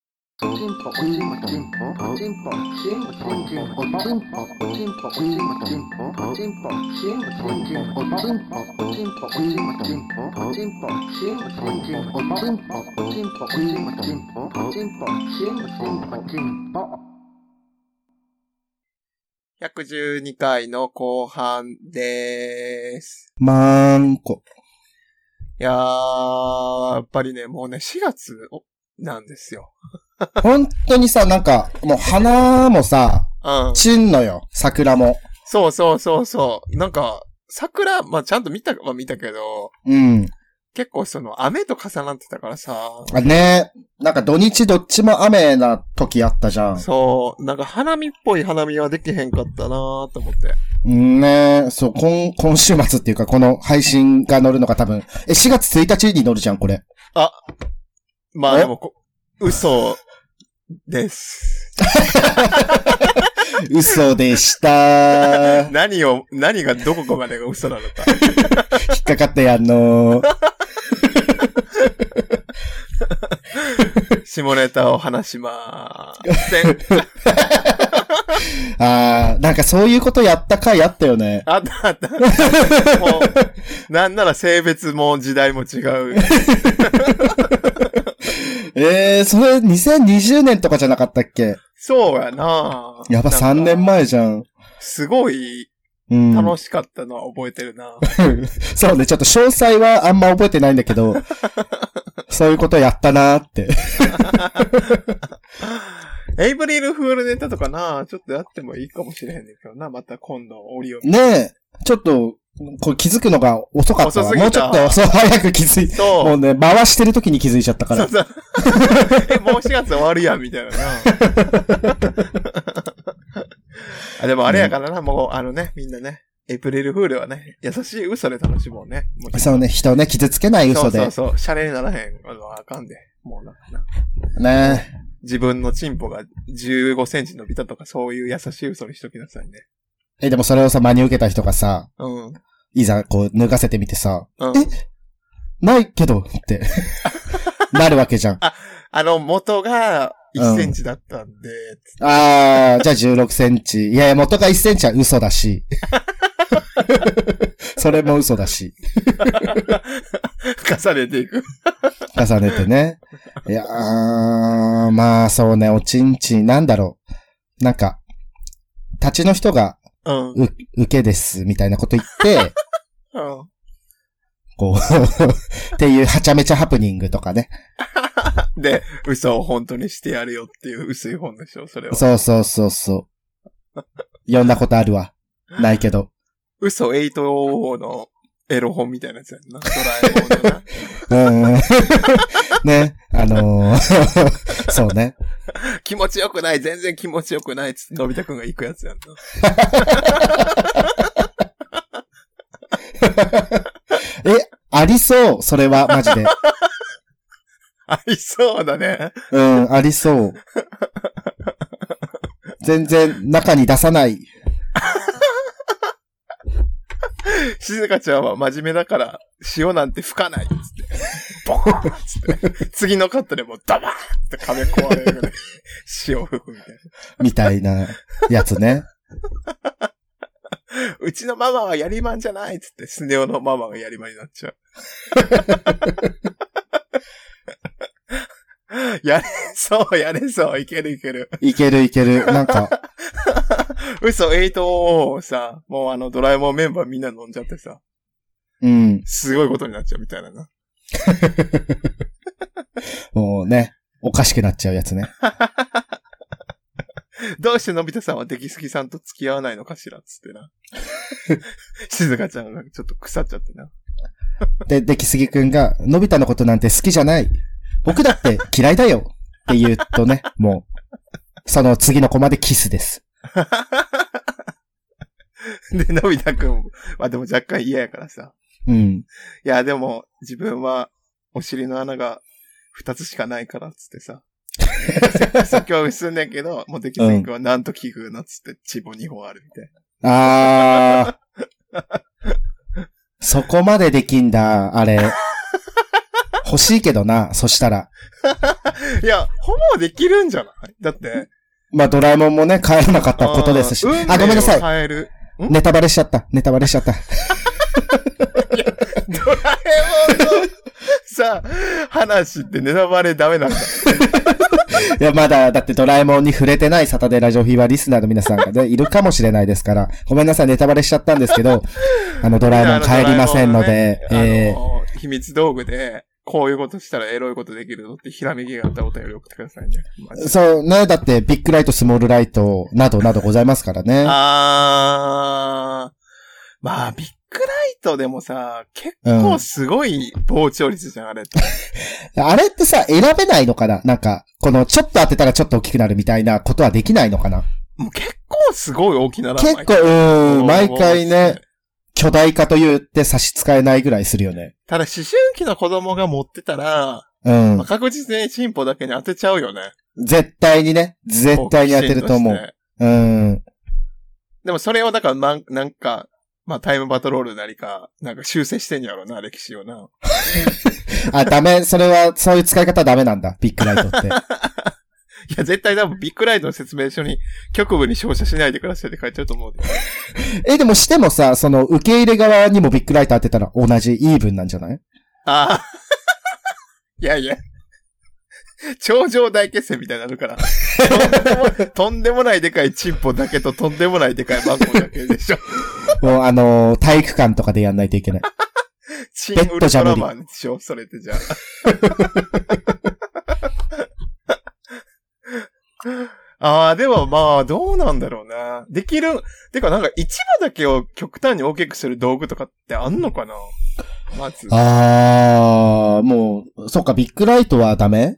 チンポおチンポチンポおチンポチンポチンポチンポおチンポチンポチンポおチンポチンポチンポチンポおチンポチンポチンポチンポチンポチンポチンポチンポチンポチンポチンポチンポチンポ112回の後半でーす。まーんこ。いやー、やっぱりね、もうね、4月おなんですよ。本当にさ、なんか、もう花もさ、うん。散んのよ、桜も。そうそうそうそう。なんか、桜、まあ、ちゃんと見たは見たけど、うん。結構その雨と重なってたからさ、あねなんか土日どっちも雨な時あったじゃん。そう、なんか花見っぽい花見はできへんかったなーと思って。うんねそう、今、今週末っていうか、この配信が乗るのが多分、え、4月1日に乗るじゃん、これ。まあえでもこ、嘘です。嘘でした ー。引何を、何がどこまでが嘘なのか。っかかってやんのー。下ネタを話しまーす。であー、なんかそういうことやった回あったよね。 あったあった。もう、なんなら性別も時代も違う。えー、それ2020年とかじゃなかったっけそうやなやば、3年。なんか前じゃん。すごいうん。楽しかったのは覚えてる な。そうね、ちょっと詳細はあんま覚えてないんだ けど、そういうことやったなーって。エイブリルフールネタとかなちょっとやってもいいかもしれへんねんけどな。また今度折りを見ねえ、ちょっと、これ気づくのが遅かった遅わすぎたもうちょっと、そう、早く気づいて。もそうね、回してる時に気づいちゃったかう。そらう。そう。え、もう4月終わるやん、み たいなな。あでもあれやからな、もうあのね、みんなね。エイプリルフールはね、優しい嘘で楽しもうね。もちろんそうね、人をね、傷つけない嘘で。そうそうそう。シャレにならへん。あの、あかんで。もうなんかな。ね自分のチンポが15センチ伸びたとか、そういう優しい嘘にしときなさいね。え。え、でもそれをさ、真に受けた人がさ、うん。うん。いざこう、脱がせてみてさ、えないけ どって、なるわけじゃん。あの、元が1センチだったんで、 つってあー、じゃあ16センチ。いやいや、元が1センチは嘘 だし。それも嘘だし。重ねていく。重ねてね。いやー、まあそうね、おちんちん、なんだろう。なんか、立ちの人が、うん。うん。う、受けです、みたいなこと言って、こう、っていうはちゃめちゃハプニングとかね。で、嘘を本当にしてやるよっていう薄い本でしょ、それは。そうそうそうそう。いろんなことあるわ。ないけど。嘘8のエロ本みたいなやつやんな。ドラえもんのな。 うん。 ね、あのー そうね。気持ちよくない、全然気持ちよくないっつって、のび太くんが行くやつやんな。え、ありそう、それは、マジで。ありそうだね。うん、ありそう。全然、中に出さない。静香ちゃんは真面目だから、塩なんて吹かないっつって。ボーンっつって。次のカットでもうダバーンって壁壊れるぐらい、塩吹くみたいみたいな、やつ ね。な。うちのママはやりまんじゃないっつって、スネ夫のママがやりまんになっちゃう。やれそう、やれそう、いけるいける。いけるいける。なんか、嘘、8をさ、もうあのドラえもんメンバーみんな飲んじゃってさ、うん。すごいことになっちゃうみたいなな。もうね、おかしくなっちゃうやつね。どうしてのび太さんは出来すぎさんと付き合わないのかしらっつってな。 静香ちゃんがちょっと腐っちゃってな。 で、出来すぎくんが、のび太のことなんて好きじゃない。僕だって嫌いだよ。って言うとね、もう、その次のコマでキスです。で、のび太くんはでも若干嫌やからさ。うん。いや、でも自分はお尻の穴が二つしかないからっつってさ。 説教すんねんけど、もう出来すぎくんはなんと奇遇なっつって、チボ二本あるみたいあー。そこまでできんだ、あれ。欲しいけどな、そしたら。いや、ほぼできるんじゃないだって。まあ、ドラえもんもね、帰らなかったことですし。あーあ、ごめんなさ。運命をい。変える ネタバレしちゃった。ネタバレしちゃった。ドラえもんのさ、話ってネタバレダメなんだ。いや、まだ、だってドラえもんに触れてないサタデーラジオフィーバーリスナーの皆さんが ね、いるかもしれないですから、ごめんなさい、ネタバレしちゃったんですけ ど、あの、ドラえもん帰りませんので、あのえー秘密道具で、こういうことしたらエロいことできるのって、ひらめきがあったらお便り送ってくださいね。マジでそうね、だって、ビッグライト、スモールライト、などなどございますからね。あー。まあ、ビッグライトでもさ、結構すごい膨張率じゃん、あれって。あれってさ、選べないのかななんか、この、ちょっと当てたらちょっと大きくなるみたいなことはできないのかなもう結構すごい大きな名前結構、うーん、毎回ね、。巨大化と言って差し支えないぐらいするよね。ただ、思春期の子供が持ってたら、うんまあ、。確実にチンポだけに当てちゃうよね。絶対にね、絶対に当てると思好奇心う。してうん。でもそれをだからなん、なんか、まあタイムバトロールなりか、なんか修正してんやろな、歴史をな。 あ、ダメ、それは、そういう使い方はダメなんだ、ビッグライト って。いや、絶対多分ビッグライトの説明書に、局部に照射しないでくださいって書いてあると思う。え、でもしてもさ、その、受け入れ側にもビッグライト当てたら同じイーブンなんじゃないああ。 いやいや。頂上大決戦みたいになるから。とんでもとんでもないでかいチンポだけととんでもないでかいマンゴーだけでしょ。もう、あのー体育館とかでやんないといけない。チンウルトラマンでしょそれってじゃあ。 ああ、でもまあ、どうなんだろうな。できる、てかなんか一部だけを極端に大きくする道具とかってあんのかなまず。 あー、もう、そっか、ビッグライトはダメ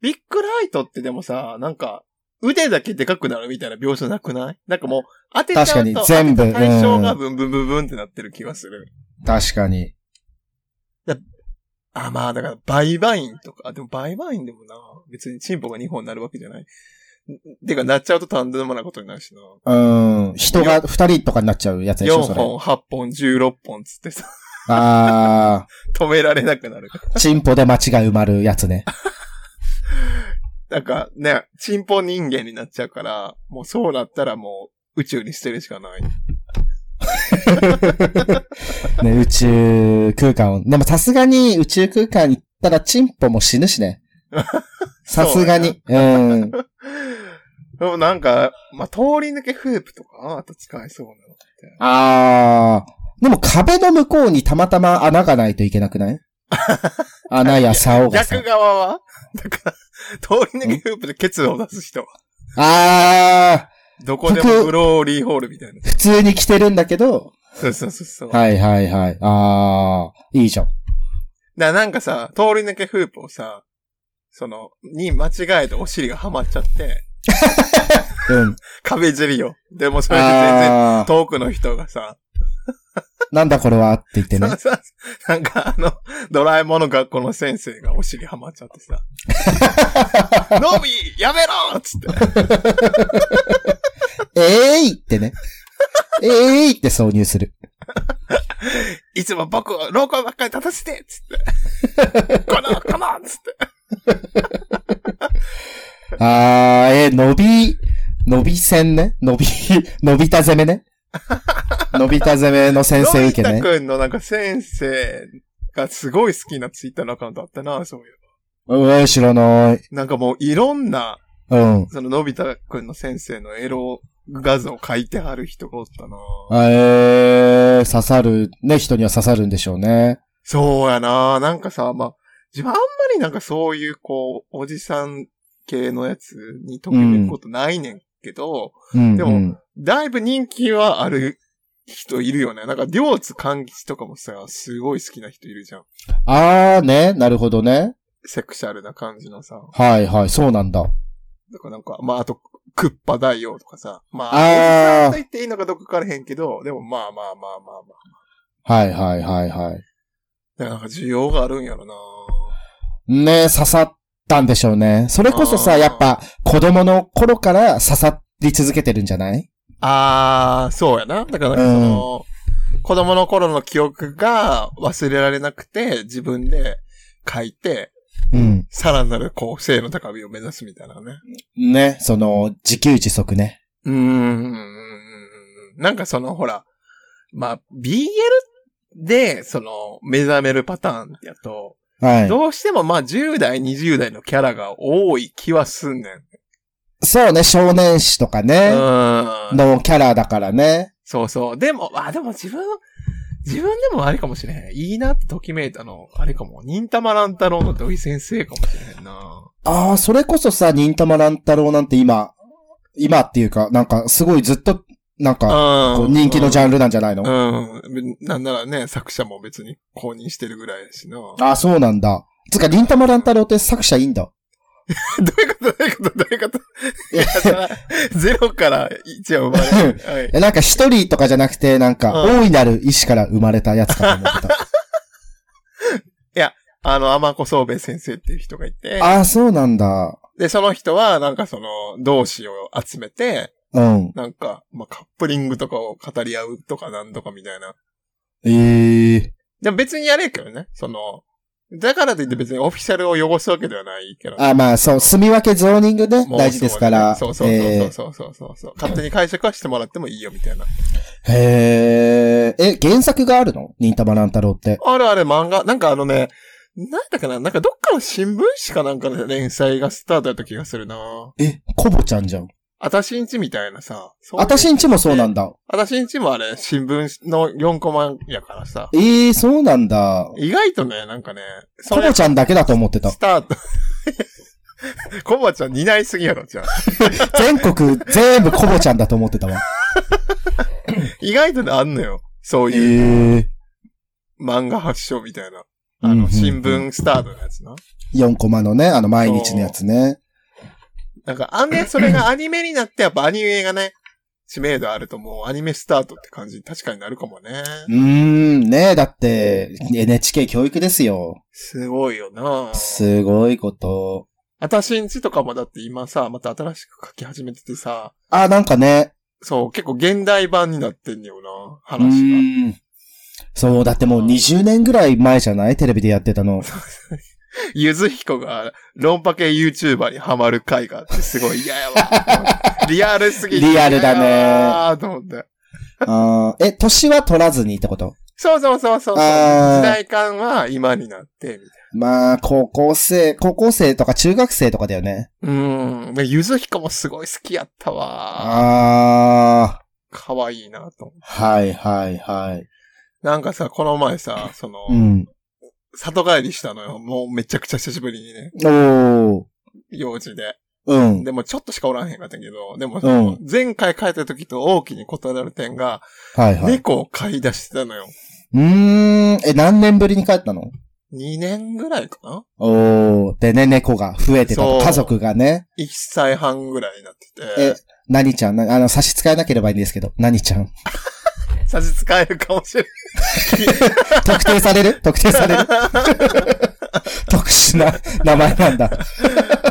ビッグライトってでもさ、なんか、腕だけでかくなるみたいな描写なくないなんかもう、当てちゃうと確かに全部当てた対象がうんブンブンブンブンってなってる気がする。確かに。あ、まあ、だから、バイバインとか。あでも、バイバインでもな、別にチンポが2本になるわけじゃない。んてか、なっちゃうととんでもないことになるしな。うん、人が二人とかになっちゃうやつでし4ょ、それ。本、8本、16本つってさ、 あ止められなくなるから。ー、チンポで街が埋まるやつ ね。なんか、ね、チンポ人間になっちゃうから、もうそうなったらもう、宇宙に捨てるしかない。ね、宇宙空間を。でもさすがに宇宙空間行ったらチンポも死ぬし ね。さすがに。うん。でもなんか、まあ、通り抜けフープとか、あと使えそうなの。あー。でも壁の向こうにたまたま穴がないといけな くない穴や竿がさ逆。側は だから、通り抜けフープでケツを出す人は、あどこでもグローリーホールみたいなー。。普通に着てるんだけど。そうそうそうそう。はいはいはい。あー。いいじゃん。な、なんかさ、通り抜けフープをさ、その、に間違えてお尻がはまっちゃって、うん。壁尻よ。でもそれで全然あー。遠くの人がさ、なんだこれはって言ってねさ。さ なんかあの、ドラえもんの学校の先生がお尻はまっちゃって さ、ノビーやめろっつって。えーいってね。えーいって挿入する。いつも僕を廊下ばっかり立たせてっつって。この、このっつって。あー、えー、伸び、伸び線ね。伸び、 伸びた攻めね。伸びた攻めの先生受けのねび。太くんのなんか先生がすごい好きなツイッターのアカウントあったな、そういう。うえ、知らない。なんかもういろんな、うん。そののび太くんの先生のエロ画像を書いてある人がおったな。えー、刺さる、ね、人には刺さるんでしょうね。そうやな。なんかさ、まあ、自分あんまりなんかそういうこう、おじさん系のやつに溶けていくことないねんけど、うん。でうもん、だいぶ人気はある人いるよね。なんか、両津勘吉とかもさ、すごい好きな人いるじゃん。あーね、なるほどね。セクシャルな感じのさ。はいはい、そうなんだ。だからなんか、まあ、あと、クッパ大王とかさ。まあ、おじさあーんと言っていいのかどうかわからへんけど、でもまあまあまあまあまあ。はいはいはいはだからなんか需要があるんやろな。い。ね、刺さったんでしょうね。それこそあさ、ーやっぱ、子供の頃から刺さり続けてるんじゃないあー、そうやな。だからなんかその、子供の頃の記憶が忘れられなくて、自分で書いて、うん。さらなるこう、性の高みを目指すみたいなね。ね、その、自給自足ね。うーん。なんかその、ほら、まあ、BL で、その、目覚めるパターンやと、はどうしてもまあ、10代、20代のキャラが多い気はすんねん。い。そうね、少年誌とかうね、ーん。のキャラだからね。そうそう。でも、あ、でも自分、自分でもあれかもしれへん。いいなってときめいたの、あれかも。忍たま乱太郎の土井先生かもしれへんな。ああ、それこそさ、忍たま乱太郎なんて今、今っていうか、なんか、すごいずっと、なんか、こう。うん人気のジゃャンルなんじゃないの、あうん。なんならね、作者も別に公認してるぐらいやしな。 どあ、そうなんだ。つうか、忍たま乱太郎って作者いいんだ。ういうことどういうことどういうこといや、そら ゼロから1は生まれる。はい。え、なんか一人とかじゃなくて、なんか、うん大いなる意志から生まれたやつかと思って た。あの、天子宗兵衛先生っていう人がいて、ああ、そうなんだ。で、その人は、なんかその、同志を集めて、うん。なんか、まあ、カップリングとかを語り合うとかなんとかみたいな。ええでも別にやれやけどね、その、だからといって別にオフィシャルを汚すわけではないけど。あ、まあ、そう、住み分けゾーニングね、もう大事ですから。そうそうそうそうそうそうそう、勝手に解釈はしてもらってもいいよみたいな。えーへーえ、原作があるの忍たま乱太郎って。あるある漫画、なんかあのね、なんだかな、なんかどっかの新聞紙かなんかで連載がスタートやった気がするなえ、コボちゃんじゃん。あたしんちみたいなさ。そういうあたしんちもそうなんだ。あたしんちもあれ、新聞紙の4コマやからさ。ええそうなんだ。意外とね、なんかね、そコれボちゃんだけだと思ってたス。タート。 コバちゃん担いすぎやろ、じゃあ。全国全部コボちゃんだと思って たわ。意外とね、あんのよ。そうえいう。え漫画発祥みたいな。うんあうんうの、ん新聞スタートのやつな。 4コマのね、あの、毎日のやつね。なんか、あん ね、それがアニメになって、やっぱアニメがね、知名度あるともうアニメスタートって感じ、確かになるかもね。うーん、ねえ、だって、NHK 教育ですよ。すごいよなすごいこと。あたしんちとかもだって今さ、また新しく書き始めててさ、あ、なんかね。そう、結構現代版になってんねよな、う話が。ーん。そう、だってもう20年ぐらい前じゃないテレビでやって たの。ゆずひこが、論破系 YouTuber にハマる回があって、すごい嫌や わ。リアルすぎてリアルだね嫌やわーと思って。あーえ、年は取らずにってことそうそうそうそうそう。時あー代感は今になって、みたいまあ、高校生、高校生とか中学生とかだよね。な。うーん。ゆずひこもすごい好きやったわ。ああ、かわいいなと思う。はいはいはい。なんかさ、この前さ、その、うん。里帰りしたのよ。もうめちゃくちゃ久しぶりにね、おー、用事で。うん。でもちょっとしかおらんへんかったけど、でも、うん前回帰った時と大きに異なる点が、はいはい。猫を飼い出してたのよ。うーん、え、何年ぶりに帰ったの2年ぐらいかなおー、でね、猫が増えてたと。そう家族がね。 ?1 歳半ぐらいになってえ、何ちゃん、なあの、差し支えなければいいんですけど、何ち ゃん。て、差し支えるかもしれない。特定される特定 される特殊な名前なんだ。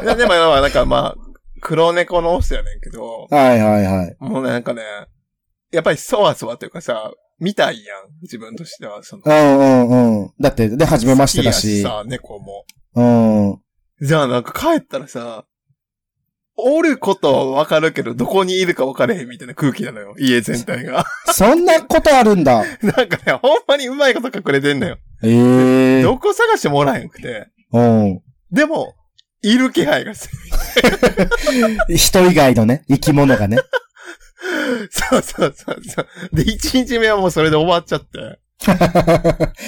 い やでも、まあなんかまあ、黒猫のオスやねんけど、はいはいはい。もうなんかね、やっぱりそわそわというかさ、見たいやん、自分としては。その、うんうんうん。だって、で、初めましてだ好きし。やさ、猫も。うん。じゃあなんか帰ったらさ、おることはわかるけど、どこにいるかわかれへんみたいな空気なのよ、家全体が。 そんなことあるんだ。なんかね、ほんまにうまいこと隠れてんのよ。ええどこ探してもおらへんくて。うん。でも、いる気配がする。 人以外のね、生き物 がね。そうそうそうそう。で、1日目はもうそれで終わっちゃって。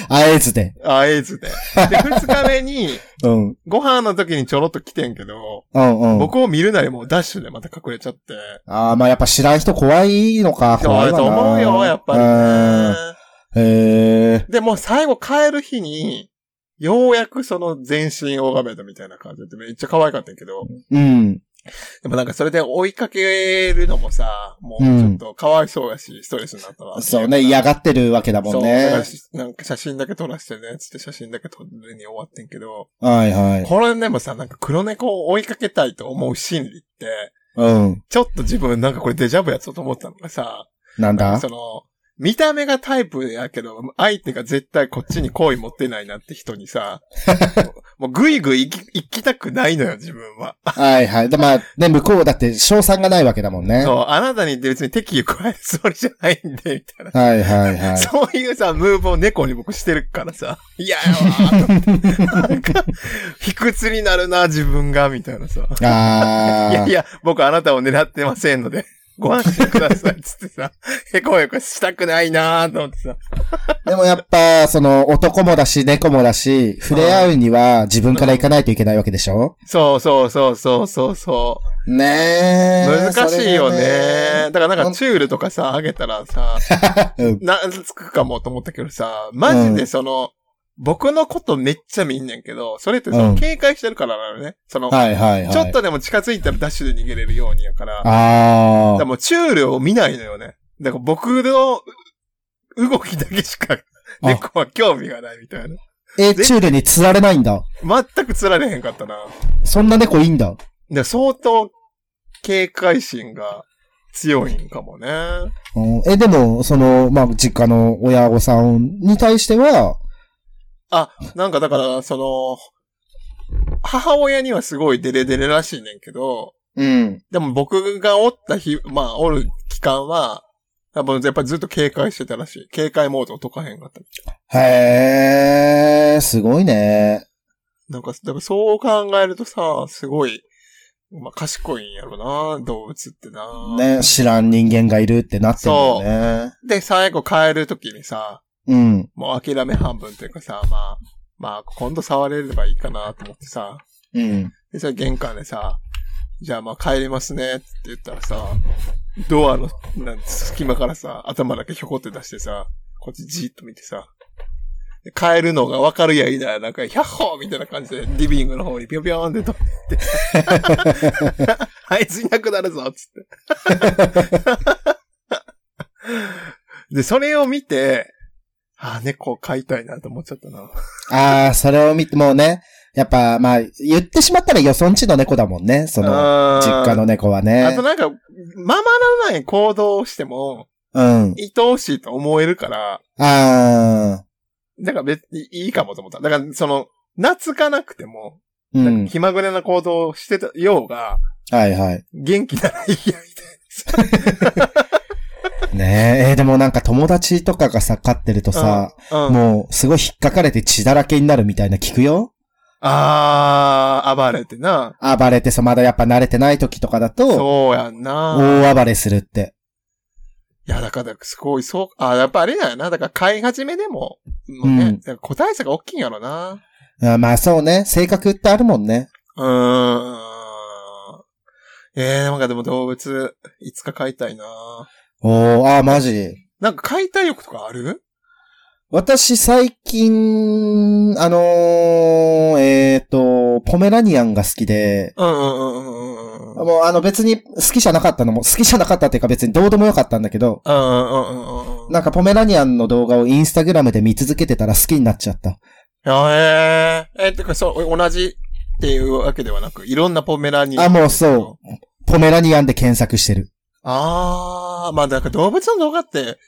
あえずで。あえずで。 で、二日目に、うん。うんご飯の時にちょろっと来てんけど、うん。僕を見るなりもうダッシュでまた隠れちゃって。ああ、まあやっぱ知らん人怖いのか。怖怖いいわとな思うよ、やっぱりね。うん。へえ。で、もう最後帰る日に、ようやくその全身拝めたみたいな感じでめっちゃ可愛かったんやけど、うん。でもなんかそれで追いかけるのもさ、もうちょっとかわいそうやし、ストレスになったな。そうね、嫌がってるわけだもそんう、だからね。しなんか写真だけ撮らせてね、つって写真だけ撮るに終わってんけど、はいはい。これでもさ、なんか黒猫を追いかけたいと思う心理って、うん。ちょっと自分なんかこれデジャブやつだと思ったのがさ、なんなんかだその、見た目がタイプやけど、相手が絶対こっちに好意持ってないなって人に さ、もうぐいぐい行き行きたくないのよ、自分は。はいはい。で、まあ、ね、向こうだって、賞賛がないわけだもんね。そはう、あなたに別に敵意加えるつもりじゃないんで、みたいな。いはいはい。そういうさ、ムーブを猫に僕してるからさ、嫌やわーと思って。なんか、卑屈になるな、自分が、みたいなさ。あいやーいや、僕あなたを狙ってませんので、 ご安心ください、つってさ、へこへこしたくないなーと思ってさ。でもやっぱ、その、男もだし、猫もだし、触れ合うには自分から行かないといけないわけでしょそうそうそうそうそうそう。ねえ。難しいよねそれだからなんかチュールとかさ、あげたらさ、がね。うんな、つくかもと思ったけどさ、マジでその、僕のことめっちゃ見んねんけど、それってそうのん警戒してるからなのね。その、はいはいはい。ちょっ。とでも近づいたらダッシュで逃げれるようにやから。あだからあ。もうチュールを見ないのよね。だから僕の動きだけしか猫は興味がないみたいな。え、チュールに釣られないんだ。全く釣られへんかったな。そんな猫いいんだ。で相当警戒心が強いんかもね。うんえ、でも、その、まあ、実家の親御さんに対しては、あ、なんかだから、その、母親にはすごいデレデレらしいねんけど、うん。でも僕がおった日、まあ、おる期間は、やっぱやっぱりずっと警戒してたらしい。警戒モードを解かへんかった。へえ、すごいね。なんか、だからそう考えるとさ、すごい、まあ、賢いんやろな、動物ってな。ね、知らん人間がいるってなってるよね。で、最後帰るときにさ、うん。もう諦め半分というかさ、まあ、まあ、今度触れればいいかなと思ってさ、うん。で、それ玄関でさ、じゃあまあ帰りますねって言ったらさ、ドアの、なん隙間からさ、頭だけひょこって出してさ、こっちじーっと見てさ、で帰るのがわかるやいなや、なんか、ヒャッホーみたいな感じで、リビングの方にぴょぴょーんって飛んでって さ、あいついなくなるぞ、つって。で、それを見て、あ、猫飼いたいなと思っちゃったな。ああ、それを見て、もうね、やっぱ、まあ、言ってしまったらよそんちの猫だもんね、その、あー実家の猫はあねと。なんか、ままならない行動をしても、うん。愛おしいと思えるから、ああ、だから別にいいかもと思った。だから、その、懐かなくても、うなんんか。気まぐれな行動をしてたようが、はいはい。元気ならいいや、みたいねええー、でもなんか友達とかがさ、飼ってるとな。さ、うん、うん。もう、すごい引っかかれて血だらけになるみたいな聞くよ。あー、暴れてな。暴れてさ、まだやっぱ慣れてない時とかだと、そうやんな。大暴れするって。いや、だから、すごい、そう、あーやっぱあれだよな。だから、飼い始めでも、もうね、うんだから個体差が大きいんやろな。あまあそうね、性格ってあるもんね。うーん。えー、なんかでも動物、いつか飼いたいな。おー、あーマジ。なんか解体欲とかある私最近、あのー、えっ、と、ポメラニアンが好きで、うんうんうんうんうんうん。うんうんもうあの別に好きじゃなかったのも、好きじゃなかったっていうか別にどうでもよかったんだけど、うんうん。なんかポメラニアンの動画をインスタグラムで見続けてたら好きになっちゃった。あえー、えてかそう、お同じっていうわけではなく、いろんなポメラニアン。あもうそうポメラニアンで検索してる。あー、まあなんか動物の動画って、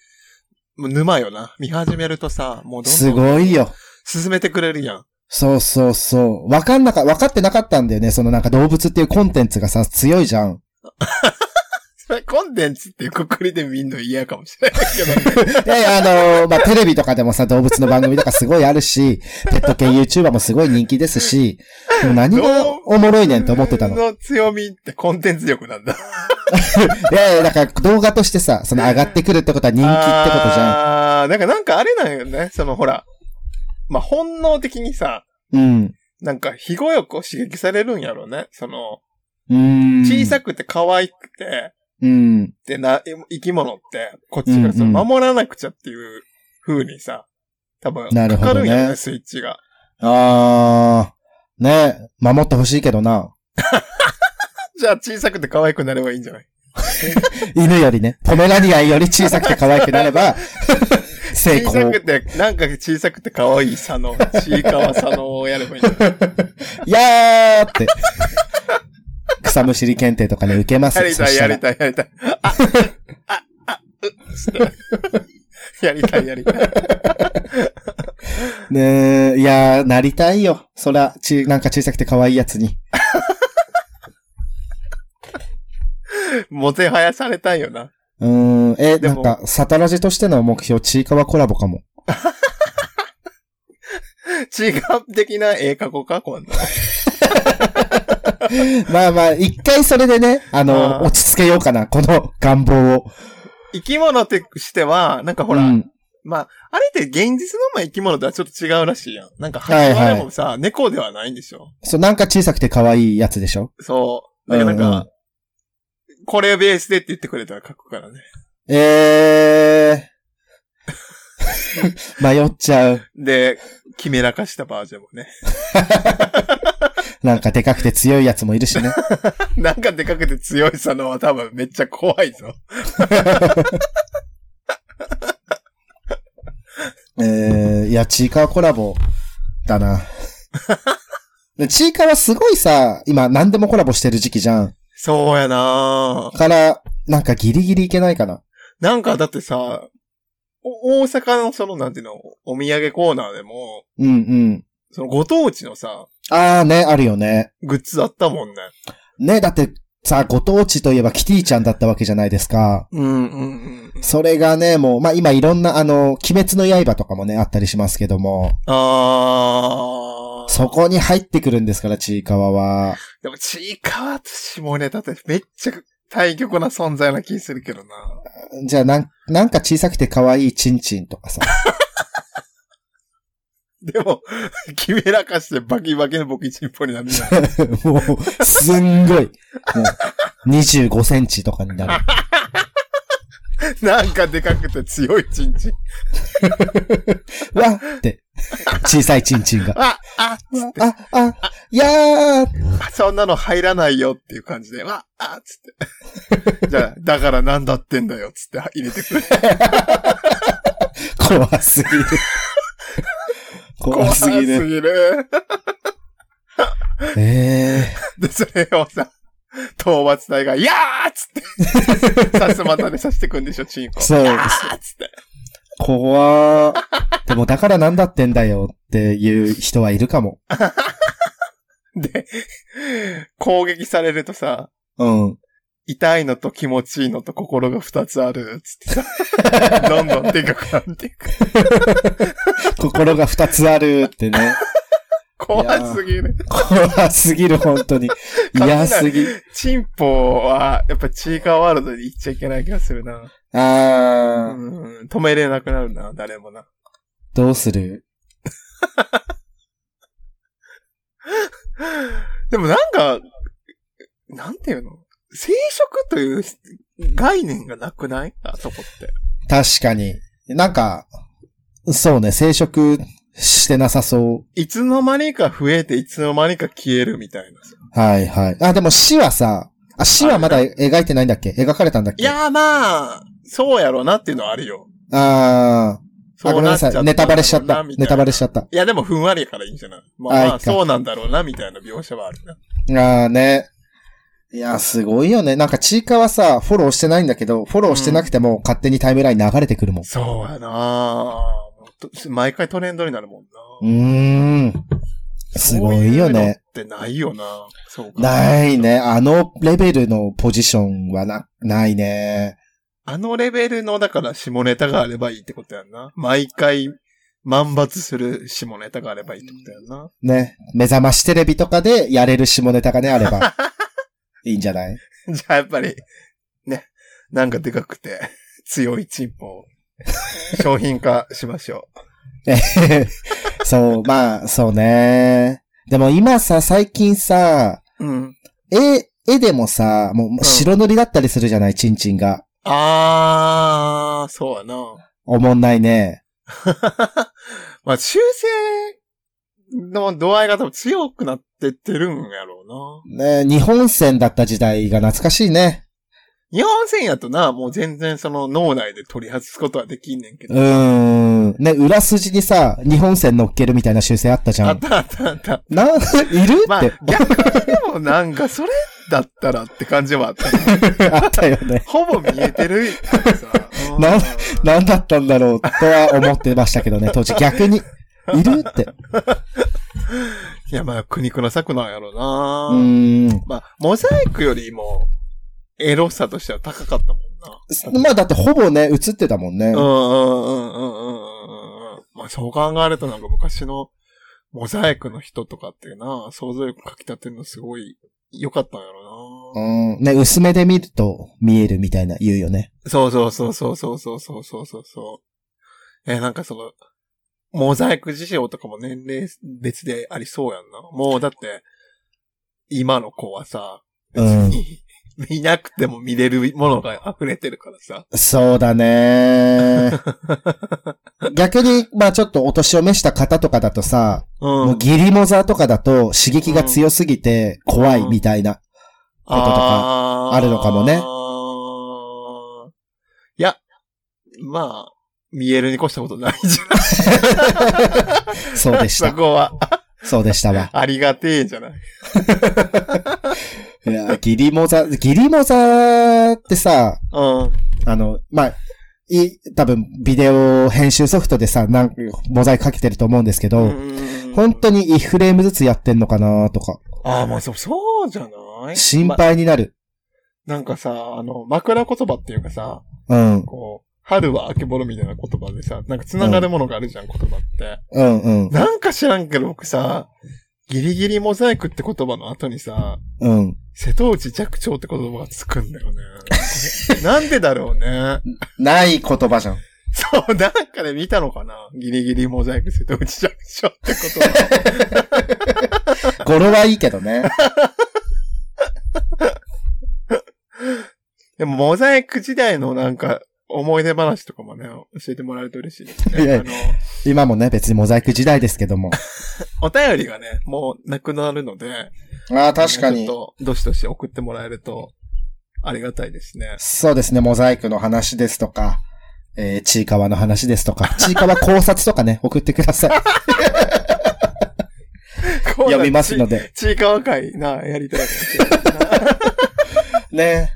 もう沼よな。見始めるとさ、もうどんすどんごいよ。進めてくれるやん。そうそうそう。わかんなか、わかってなかったんだよね。そのなんか動物っていうコンテンツがさ、強いじゃん。それコンテンツっていうくくりで見んの嫌かもしれないけ ど、ね、いやいや、あのーまあ、テレビとかでもさ、動物の番組とかすごいあるし、ペット系 YouTuber もすごい人気ですし、でも何がおもろいねんと思ってたの。いの強みってコンテンツ力なんだ。人気ってやいや、だから動画としてさ、その上がってくるってことは人気ってことじゃん。ゃん。あー、なんかなんかあれなんよね。そのほら、まあ本能的にさ、うん。なんか、肥後欲を刺激されるんやろうね。その、うーん。小さくて可愛くて、うん。でな、生き物って、こっちがそうんうのん守らなくちゃっていう風にさ、多分、なるかほどかるねんやろね、スイッチが。あー、ね、守ってほしいけどな。じゃあ、小さくて可愛くなればいいんじゃない犬よりね、ポメラニアンより小さくて可愛くなれ ば、成小さ功く。て、なんか小さくて可愛い佐野、ちいかわ佐野をやればいいんじゃないいやーって。草むしり検定とかね、受けますやりたそい、しやらりたい、やりたい。あ、あ、あ、う、つってやりたい、やりたい。ねえ、いやー、なりたいよ。そら、ち、なんか小さくて可愛いやつに。もてはやされたいよな。うーん、え、でなもんか、サタラジとしての目標、ちいかわコラボかも。 違う的な絵描こうか、今度。まあまあ、一回それでね、あの、あー落ち着けようかな、この願望を。生き物としては、なんかほら、うん、まあ、あれって現実のまあ生き物とはちょっと違うらしいやん。なんか、ハはいはいチワレもさ、猫ではないんでしょそう、なんか小さくて可愛いやつでしょそう。だからなんか、うんうんこれをベースでって言ってくれたら書くからね。えー。 迷っちゃう。で、キメラ化したバージョンもね。 なんかでかくて強いやつもいるしね。なんかでかくて強いさのは多分めっちゃ怖いぞ。えー、いや、ちいかわコラボ、だな。でちいかわすごいさ、今何でもコラボしてる時期じゃん。そうやなぁから、なんかギリギリいけないかな。なんかだってさ、お大阪のその、なんていうの、お土産コーナーでも、うんうん。そのご当地のさ、あーね、あるよね。グッズあったもんね。ね、だってさ、ご当地といえばキティちゃんだったわけじゃないですか。うんうんうん。それがね、もう、まあ、今いろんな、あの、鬼滅の刃とかもね、あったりしますけども、あー。そこに入ってくるんですから、ちいかわは。でも、ちいかわと下ネタってめっちゃ対極な存在な気するけどな。じゃあ、なん、なんか小さくて可愛いチンチンとかさ。 でも、 キメラ化してバキバキのボキチンポになる じゃん。もう、すんごい。もう、25センチとかになる。なんかでかくて強いチンチン。わって、小さいチンチンが。あ、あ、つってあ、あ、いやーあそんなの入らないよっていう感じで、わ、あ、つ って。じゃあ、だからなんだってんだよ、つって入れてくれ。怖すぎる。怖す怖ぎる。すぎる。えで、それをさ、討伐隊が、いやーっつ って、さすまたで刺してくんでしょ、チンコ。ー、そう、あーっつって。怖ー。でも、だからなんだってんだよっていう人はいるかも。で、攻撃されるとさ、うん。痛いのと気持ちいいのと心が二つある、つって さ、どんどんでかくなっていく。心が二つあるってね。怖すぎる。怖すぎる、本当に。嫌すぎ。チンポは、やっぱチーカーワールドで行っちゃいけない気がするな。うあー、ん、止めれなくなるな、誰もな。どうするでもなんか、なんていうの生殖という概念がなくないあそこって。確かに。なんか、そうね、生殖してなさそいつの間にか増えて、いつの間にか消えるみたいな。う。はいはい。あ、でも死はさ、あ、死はまだ描いてないんだっけ描かれたんだっけいやーまあ、そうやろうなっていうのはあるよ。あーあ、そうごめんなさい。ネタバレしちゃった。ネタバレしちゃっゃった。たいな。いやでもふんわりやからいいんじゃないまああまいあ、いかそうなんだろうな、みたいな描写はあるな。ああね。いや、すごいよね。なんか、ちいかはさ、フォローしてないんだけど、フォローしてなくても、勝手にタイムライン流れてくるもん。そうやなもうと毎回トレンドになるもんな。うーん。すごいよそううのっね。てないよな。そうか。ないね。あのレベルのポジションはな、ないね。あのレベルの、だから、下ネタがあればいいってことやんな。毎回、万抜する下ネタがあればいいってことやん な。ね、目覚ましテレビとかでやれる下ネタがね、あれば、 いいんじゃない じゃあ、やっぱり、ね、なんかでかくて、強いチンポを、商品化しましょそう、まあ、そうね。でも今さ、最近さ、う。うん。絵、絵でもさ、もんう白塗りだったりするじゃない、チンチンが。あー、そうやな。 おもんないね。まあ、修正の度合いが多分強くなってってるんやろうな。ね日本戦だった時代が懐かしいね。日本戦やとな、もう全然その脳内で取り外すことはできんねんけど。うーん。ね、裏筋にさ、日本戦乗っけるみたいな修正あったじゃあっん。たあったあった。な、いるって。まあ、逆にでももなんかそれだったらって感じはあ ったね。あったよね。ほぼ見えてるからさ。うん な何だったんだろうとは思ってましたけどね、当時逆に。いるって。いや、まあ、苦肉の策なんやろうなう、ーん。まあ、モザイクよりも、エロさとしては高かったもんな。まあだってほぼね、映ってたもんね。うんうんうんうんうんうんうん。まあ、そう考えるとなんか昔のモザイクの人とかってな、想像力かき立てるのすごい良かったんやろうな、うん。ね、薄めで見ると見えるみたいな言うよね。そうそうそうそうそうそうそうそうそうそう。え、なんかその、モザイク事情とかも年齢別でありそうやんな。もうだって、今の子はさ、別に、 見なくても見れるものが溢れてるからさ。そうだ ね。逆に、まあちょっとお年を召した方とかだとさ、う。もうんギリモザとかだと刺激が強すぎて怖いみたいな。こととかあるのかもねあーいや、まあ、見えるに越したことないじゃないそうでしそ た。こは。そうでしたわ。ありがてえじゃない。いや、ギリモザ、ギリモザってさ、うん。あの、まあ、い、多分、ビデオ編集ソフトでさ、なんモザイクかけてると思うんですけど、うん本当に1フレームずつやってんのかなとか、ああ、まあそう、そうじゃない心ま配になる。なんかさ、あの、枕言葉っていうかさ、うん、こう、春は秋ぼろみたいな言葉でさ、なんか繋がるものがあるじゃん、言葉って。うん、うん、なんか知らんけど、僕さ、ギリギリモザイクって言葉の後にさ、うん。瀬戸内寂聴って言葉がつくんだ よね。なんでだろうね。ない言葉じゃん。そう、なんかで見たのかなギリギリモザイク瀬戸内寂聴って言 葉。語呂はいいけど ね。でも、モザイク時代のなんか、思い出話とかもね、教えてもらえると嬉しいですいね。あやの、今もね、別にモザイク時代ですけども。お便りがね、もうなくなるので、ああ、確かにち。ょっと、どしどし送ってもらえると、ありがたいですね。そうですね、モザイクの話ですとか、えー、ちいかわの話ですとか、 ちいかわ考察とかね、送ってください。 読みますので。ちいかわ会な、やりたいかもしれないね。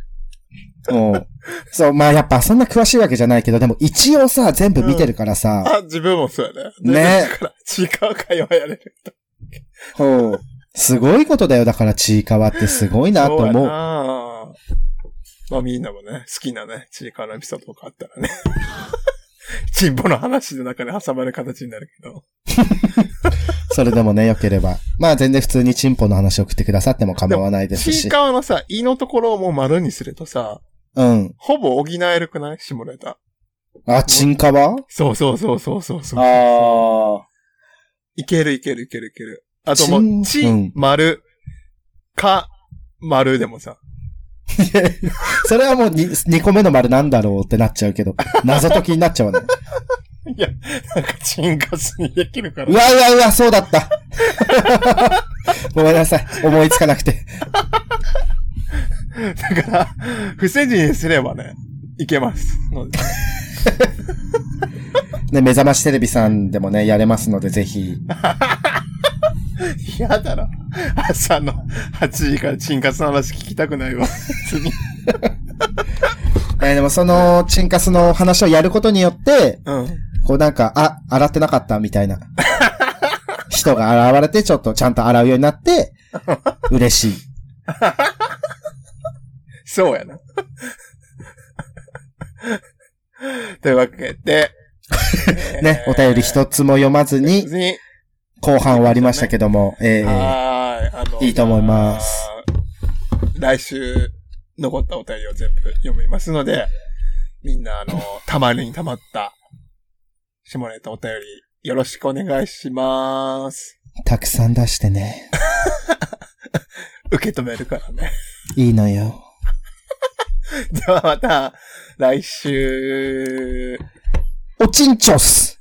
もう。そう、まあやっぱそんな詳しいわけじゃないけど、でも一応さ、全部見てるからさ、 な。あ、自分もそうやね。ねだから、ちいかわ会はやれる。ほう。すごいことだよ、だからちいかわってすごいなとそうや思う。なまあみんなもね、好きなね、ちいかわのエピソードとかあったらね。 チンポの話の中に挟まる形になるけど。それでもね、良ければ。まあ全然普通にチンポの話送ってくださっても構わないですちいし。かわのさ、いのところをもう丸にするとさ、うん。ほぼ補えるくない下ネタ。あ、ちんかわそうそうそうそうそうそう。あいけるいけるいけるいける。あともう、ちち、んうん丸、か、丸でもさ。あ。それはもう 2, 個目の丸なんだろうってなっちゃうけど、謎解きになっちゃうね。いや、なんか、チンカスにできるかうら。わうわうわ、そうだった。ごめんなさい。思いつかなくて。だから、不正字にすればね、いけます。のでね、目覚ましテレビさんでもね、やれますので、ぜひ。嫌だな。朝の8時からチンカスの話聞きたくないわ。別にえーでもその、チンカスの話をやることによって、うん。こうなんか、あ、洗ってなかった、みたいな。人が現れて、ちょっとちゃんと洗うようになって、嬉しい。そうやな。というわけで、ね、お便り一つも読まずに、に、後半終わりましたけども、えー、はーい。あのいいと思います。来週、残ったお便りを全部読みますので、みんな、あ の、たまりにたまった、下ネタお便り、よろしくお願いします。たくさん出してね。受け止めるからね。 いいのよ。ではまた、来週。おちんちょっす